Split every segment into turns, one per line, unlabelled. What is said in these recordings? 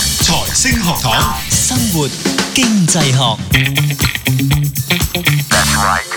星學堂，
生活經濟學，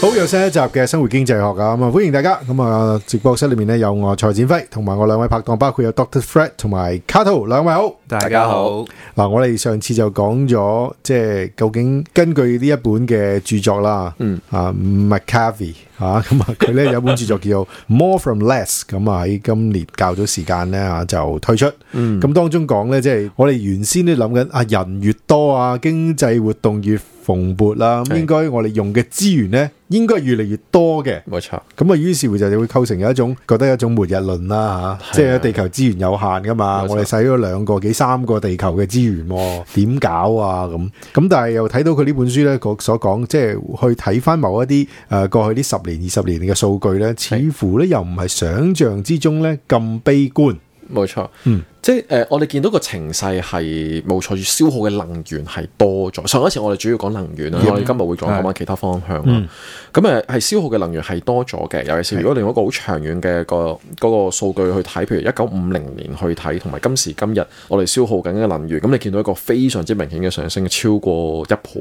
好又新一集嘅生活經濟學啊，咁啊歡迎大家咁啊直播室裏面咧有我蔡展輝同埋我兩位拍檔，包括有 Doctor Fred 同埋 Cato 兩位好。
大家好，
嗱，我哋上次就講咗，即係究竟根據呢一本嘅著作啦，嗯啊 McCarthy 啊， 咁啊佢咧有本著作叫做 More from Less，咁啊喺今年較早時間咧啊就推出，咁、當中講咧即係我哋原先都諗緊啊人越多啊經濟活動越蓬勃啦，咁
係
應該我哋用嘅資源咧應該越嚟越多嘅。
冇錯，
咁啊，於是乎就會構成有一種覺得有一種末日論啦嚇，即係地球資源有限噶嘛，
啊冇錯
我哋使咗兩個幾三個地球嘅資源喎，點搞啊咁？咁但係又睇到佢呢本書咧，佢所講即係去睇翻某一啲誒、呃、過去呢十年二十年嘅數據咧，似乎咧又唔係想像之中咧咁悲觀。
冇錯，
嗯
即係誒、呃我哋見到個情勢係冇錯，消耗嘅能源係多咗。上一次我哋主要講能源啦，我哋今日會講講翻其他方向啦。咁誒係消耗嘅能源係多咗嘅，尤其是如果你用一個好長遠嘅個嗰個數據去睇，譬如一九五零年去睇，同埋今時今日我哋消耗緊嘅能源，咁你見到一個非常之明顯嘅上升，超過一倍、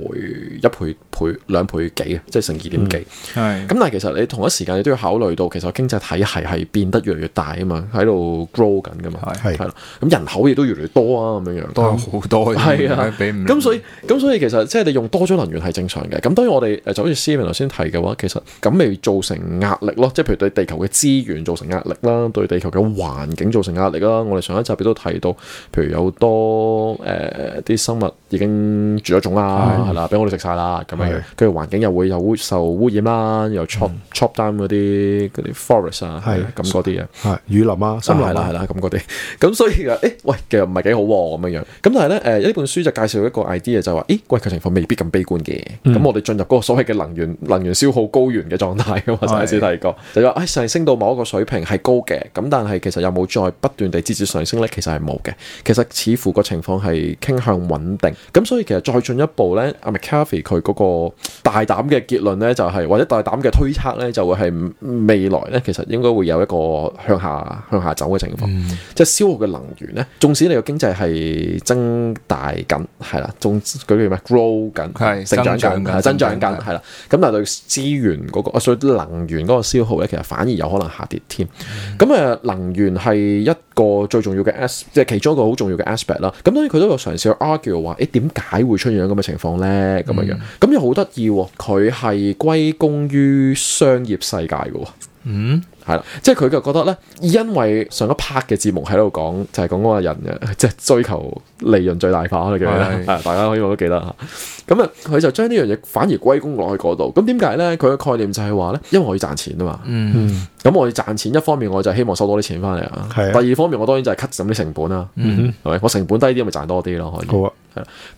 一倍倍兩倍幾，啊即係成二點幾。
係
咁但係其實你同一時間你都要考慮到，其實經濟體系係變得越嚟越大啊嘛，喺度 grow 緊噶嘛，
係
係咯。咁人口亦都越嚟越多啊，咁樣樣。
多好多
係啊，
俾唔
咁所以咁所以其實即係你用多咗能源係正常嘅。咁當然我哋呃誒就好似 Steven 頭先提嘅話，其實咁咪造成壓力咯，即係譬如對地球嘅資源造成壓力啦，對地球嘅環境造成壓力啦。我哋上一集亦都提到，譬如有好多誒啲、生物已經絕咗種啦，係啦，俾我哋食晒啦咁樣
係，嗯
跟住環境又會有受污染啦，又 chop、chop down 嗰啲嗰啲 forest 啊，
係
咁嗰啲嘢。
係雨林啊，森林
係啦係
啊，
啦咁嗰啲， 咁所以啊，誒喂，其實唔係幾好喎咁樣樣，咁但係咧誒呢本書就介紹一個 idea 就係話，咦喂，佢情況未必咁悲觀嘅，咁、
嗯
我哋進入嗰個所謂嘅能源能源消耗高原嘅狀態啊嘛，上一次提過，就話誒上升到某一個水平係高嘅，咁但係其實有冇再不斷地節節上升咧？其實係冇嘅，其實似乎個情況係傾向穩定，咁所以其實再進一步咧，阿 McCarthy 佢嗰個大膽嘅結論咧就係、或者大膽嘅推測咧就會係未來咧其實應該會有一個向下向下走嘅情況。即係消耗嘅能源咧，縱使你個經濟係增大緊，係啦，仲嗰啲叫咩？grow 緊，
係
成
增
長
長
緊，
緊
係增長
增長
緊，
緊
係啦。咁但係對資源嗰、個，啊所以能源嗰個消耗咧，其實反而有可能下跌添。咁誒、能源係一個最重要嘅 as，即係其中一個好重要嘅 aspect 啦。咁當然佢都有嘗試去 argue 話，誒點解會出現咁嘅情況咧？咁樣樣，咁又好得意喎，佢係歸功於商業世界嘅喎。
嗯
係啦，即係佢就覺得咧，因為上一 part 嘅節目喺度講，就係講嗰個人嘅，即係追求利潤最大化啦，記唔記
係
得？ 係大家可以我都記得嚇。咁啊，佢就將呢樣嘢反而歸功落去嗰度。咁點解咧？佢嘅概念就係話咧，因為我要賺錢啊嘛。
嗯
咁我要賺錢，一方面我就希望收多啲錢翻嚟啊。
係啊
第二方面，我當然就係 cut 減啲成本啦。
嗯
係咪？我成本低啲，咪賺多啲咯。可以。
好啊，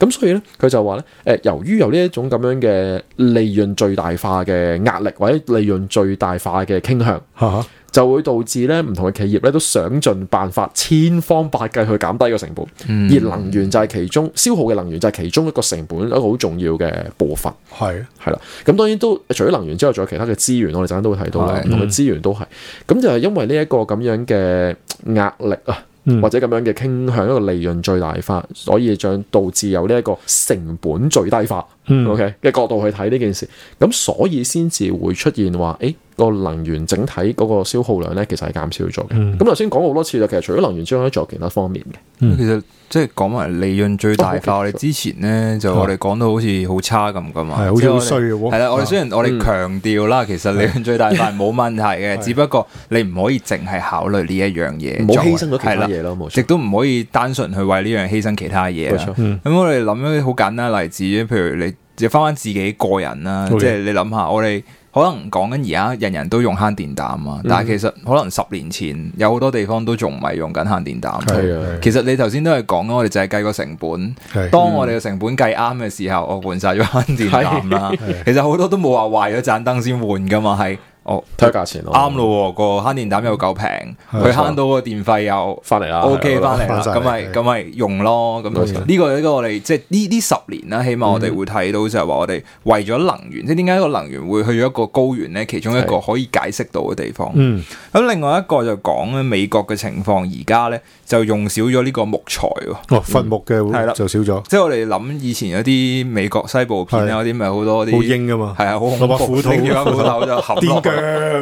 咁所以咧，佢就話咧，誒、由於有呢一種咁樣嘅利潤最大化嘅壓力，或者利潤最大化嘅傾向。
嚇嚇
就會導致咧唔同嘅企業咧都想盡辦法，千方百計去減低個成本。
嗯
嗯
而能源就係其中消耗嘅能源就係其中一個成本一個好重要嘅部分，
係啊
係啦。咁當然都除咗能源之外，仲有其他嘅資源，我哋陣間都會睇到啦。
係
唔同嘅資源都係咁就係因為呢一個咁樣嘅壓力啊。
嗯
或者咁樣嘅傾向一個利潤最大化，所以將導致有呢一個成本最低化。
嗯
OK 嘅角度去睇呢件事，咁所以先至會出現話，誒、個能源整體嗰個消耗量咧，其實係減少咗
嗯
嘅。咁頭先講好多次啦，其實除咗能源之外，仲有其他方面嘅。
其實即係講埋利潤最大 化，我哋之前咧就我哋講到好似好差咁噶嘛，
係好似好衰
嘅
嘅喎啊
係啦，我哋雖然我
嗯
哋強調啦，其實利潤最大化係冇問題嘅，只不過你唔可以淨係考慮呢一樣嘢，
唔好犧
作
牲
為
咗其他
啊係啦
嘢咯冇錯
亦都唔可以單純去為呢樣犧牲其他嘢啦
冇錯
咁我哋諗一啲好簡單嘅例子，譬如你就翻翻自己個人啦，
OK
即係你諗下，我哋可能講緊而家人人都用慳電膽啊，但係其實可能十年前有好多地方都仲唔係用緊慳電膽。
係啊
其實你頭先都係講緊，我哋就係計個成本。
係
當我哋嘅成本計啱 嘅時候，我換晒咗慳電膽啦。其實好多都冇話壞咗盞燈先換噶嘛，係哦，
睇下價錢咯。
啱，咯喎，個慳電膽又夠平，佢慳到個電費又
翻嚟
啊
啦
O K
係啦
翻嚟啦，
翻晒嚟
咁咪
係
咁咪用咯。咁
冇錯
呢個呢個我哋即係呢呢十年啦，起碼我
嗯
哋會睇到就係話我哋為咗能源，即係點解個能源會去咗一個高原咧？其中一個可以解釋到嘅地方。
嗯，
咁另外一個就講咧美國嘅情況，而家咧就用少咗呢個木材喎。
哦，伐木
係啦
嘅就少咗，
即係我哋諗以前有啲美國西部片啊，嗰
係
啲咪好多啲
好英噶嘛
係啊，好恐
攞把
怖，
斧頭
拎住把斧頭就 合落
踮
去
腳啊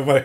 喂，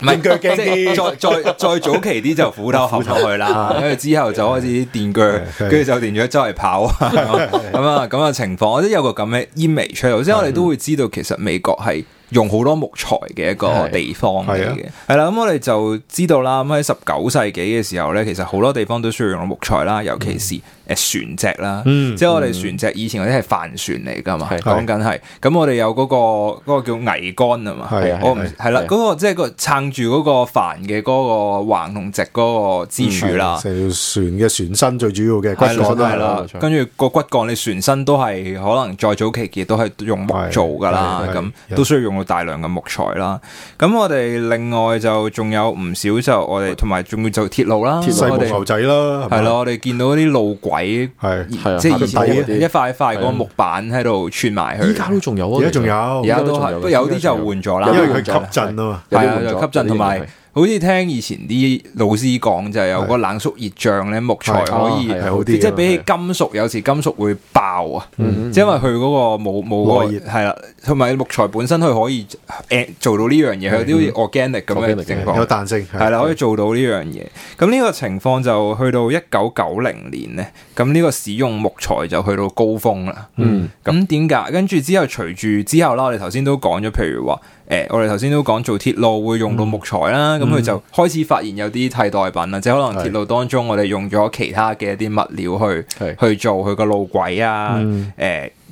唔係
電鋸驚
即係再再再早期啲就斧頭合落去啦，跟住之後就開始啲電鋸，跟
係
住就電鋸周圍跑啊，咁啊咁嘅情況，我覺得有個咁嘅 image 出嚟，即係我哋
嗯
都會知道其實美國係。用好多木材嘅一個地方嚟
係啊
嘅，係啦，咁我哋就知道啦。咁喺十九世紀嘅時候咧，其實好多地方都需要用木材啦，尤其是誒船隻啦，
嗯
即係我哋船隻以前嗰啲係帆船嚟㗎嘛，
係
講緊係。咁我哋有嗰個嗰個叫桅杆啊嘛，
係啊
我唔
係
係啦，
係
嗰個即係個撐住嗰個帆嘅嗰個橫同直嗰個支柱啦，
嗯成條船嘅船身最主要嘅骨
係啦
幹
係
嗯啦，
啦
冇錯，
跟住個骨幹你船身都係可能再早期嘅都係用木做噶啦，
係係
咁
係
都需要用到大量嘅木材啦。咁我哋另外就仲有唔少就我哋同埋仲要做鐵路啦，
細
我
木
哋
頭仔啦，
係咯，，我哋見到啲路軌。
係
係啊
即係以前
下邊
一
底嗰啲
一塊一塊嗰個木板喺度串埋去，
依家都仲有啊，
而家仲
其實
而
有，
家都係，不過有啲就換咗啦，
因為佢
換咗啦
吸震啊嘛，
係啊，
有啲換咗
就吸震同
有啲
埋
換咗，
好似聽以前啲老師講就係有個冷縮熱脹咧，木材可以
係啊係啊嗯
係好啲
即
嘅，
係比起金屬，有時金屬會爆啊，即係因為佢嗰個冇冇嗰
耐熱
個係啦，同埋木材本身佢可以誒做到呢樣嘢，佢有啲好似 organic 咁樣
嗯 organic 嘅
嘅情
有
況，
彈性，
係啦，可以做到呢樣嘢。咁呢個情況就去到一九九零年咧，咁呢個使用木材就去到高峰啦。
嗯，
咁點解？跟住之後，隨住之後啦，我哋頭先都講咗，譬如話，誒、我哋頭先都講做鐵路會
嗯
用到木材啦，咁佢、就開始發現有啲替代品啦，即係可能
係
鐵路當中我哋用咗其他嘅一啲物料去
係
去做佢個路軌啊，誒、
嗯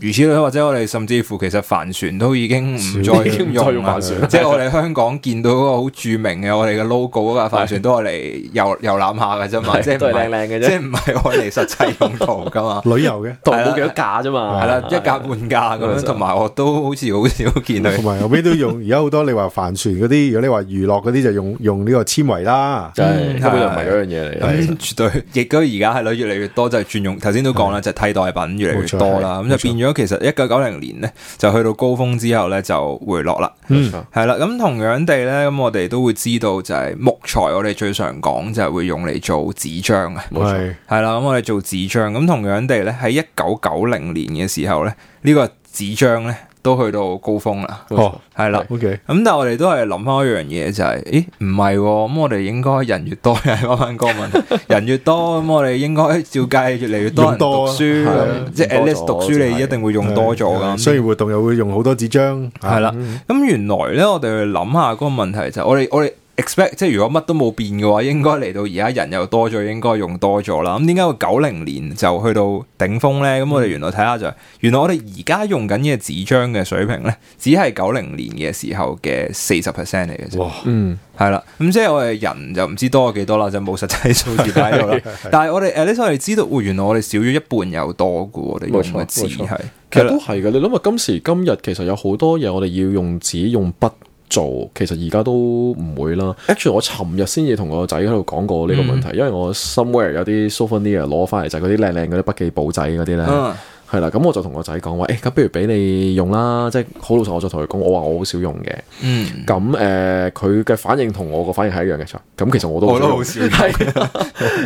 如此類推，或者我哋甚至乎其實帆船都已經唔再
少
已經唔
用
再用
啦
帆船啦
即係我哋香港見到嗰個好著名嘅我哋嘅 logo 嗰架帆 船都係嚟遊遊覽下嘅啫嘛，
係
即係唔
都係
係
靚靚嘅啫
即係唔係我哋實際用途噶嘛。
旅遊嘅，
度冇幾多價啫嘛，嗯
系啦，一格半價咁樣，同埋我都好似好少見
同
佢。
埋後尾都 用，而家好多你話帆船嗰啲，如果你話娛樂嗰啲就用用呢個纖維啦，
就係根本就唔係嗰樣嘢嚟嘅。
嗯啊咁絕對，亦都而家係咯，越嚟越多就係轉用。頭先都講啦，就係替代品越嚟越多啦，咁就變咗其實一九九零年咧就去到高峰之後咧就回落啦。
冇錯
係啦，咁同樣地咧，咁我哋都會知道就係木材，我哋最常講就係會用嚟做紙張啊。
冇錯，
係
係啦，咁我哋做紙張，咁同樣地咧，喺一九九零年嘅時候咧，呢個紙張咧都去到高峰啦。
冇錯
哦
係啦。
，OK，
咁但係我哋都係諗翻一樣嘢就係、咦唔係喎，咁我哋應該人越多，又係翻翻個問題， 人越多，咁我哋應該照計越嚟越多人讀
用多啊
書，
係
咁即係 at
用多
least
咗
讀書你一定會用多咗
係
噶。
商業活動又會用好多紙張，啊
係啦，咁原來咧，我哋去諗下嗰個問題就係我哋我哋 expect 即係如果乜都冇變嘅話，應該嚟到而家人又多咗，應該用多咗啦。咁點解會九零年就去到頂峰咧？咁我哋原來睇下就係原來我哋而家用緊嘅紙張嘅水平咧，只係九零年嘅時候嘅四十 percent 嚟嘅啫。
哇，
嗯，
係啦，咁即係我哋人就唔知多咗幾多啦，就冇實際數字擺 喺度啦。但係我哋 at least 我哋知道，哦，原來我哋少咗一半有多嘅喎，我哋用
冇錯
嘅字
冇錯
係
其
係
實都
啦，
係嘅。你諗下今時今日，其實有好多嘢我哋要用紙用筆做，其實而家都唔會啦。actually，我尋日先至同我個仔喺度講過呢個問題，因為我 somewhere 有啲 souvenir 攞翻嚟，就係嗰啲靚靚嗰啲筆記簿仔嗰啲咧。
嗯
係啦，咁我就同我仔講話，誒、咁不如俾你用啦，即係好老實，我就同佢講，我話我好少用嘅，
嗯，
咁誒，呃佢、嘅反應同我個反應係一樣嘅，其實咁其實我都
我都
好
好
少
少用
用，係啊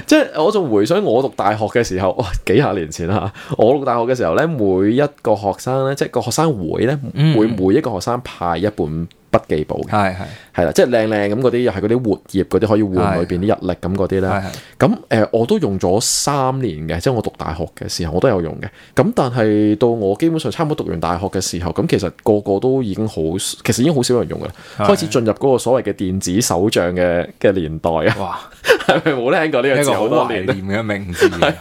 即係我仲回想我讀大學嘅時候，哇幾廿年前啦，我讀大學嘅時候咧，每一個學生咧，即係個學生會咧，
嗯
會每一個學生派一本筆記簿嘅，
係係
係啦，即係靚靚咁嗰啲，又係嗰啲活頁嗰啲可以換裏邊啲日曆咁嗰啲咧
係。係。
咁誒、呃我都用咗三年嘅，即係我讀大學嘅時候，我都有用嘅。咁但係到我基本上差唔多讀完大學嘅時候，咁其實個個都已經好，其實已經好少人用嘅啦，
係
開始進入嗰個所謂嘅電子手帳嘅嘅年代啊，
哇！
係咪冇聽過呢個
一
字
個好
好多
懷
年
念嘅名字，啊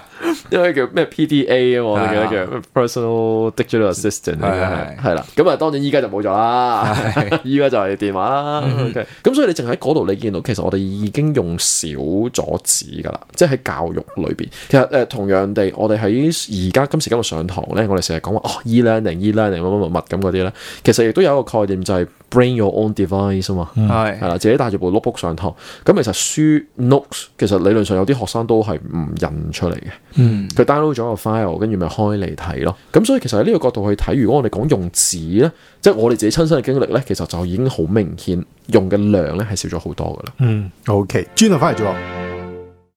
因為叫咩 PDA 啊嘛，我哋記得叫咩 personal digital assistant
係係
係
係
係啦。咁啊，當然依家就冇咗啦，依家就係電話啦。OK 咁所以你淨喺嗰度你見到，其實我哋已經用少咗紙噶啦，即係喺教育裏邊。其實誒同樣地，我哋喺而家今時今日上堂咧，我哋成日講話哦 e-learning、e-learning 乜乜乜乜咁嗰啲咧，其實亦都有一個概念就係 bring your own device 啊嘛。
係
係啦，自己帶住部 notebook 上堂。咁其實書 notes 其實理論上有啲學生都係唔印出嚟嘅，
嗯
佢 download 咗個 file，跟住咪開嚟睇咯。咁所以其實喺呢個角度去睇，如果我哋講用紙咧，即係我哋自己親身嘅經歷咧，其實就已經好明顯用嘅量咧係少咗好多噶啦。
嗯，OK，轉頭翻嚟再喎。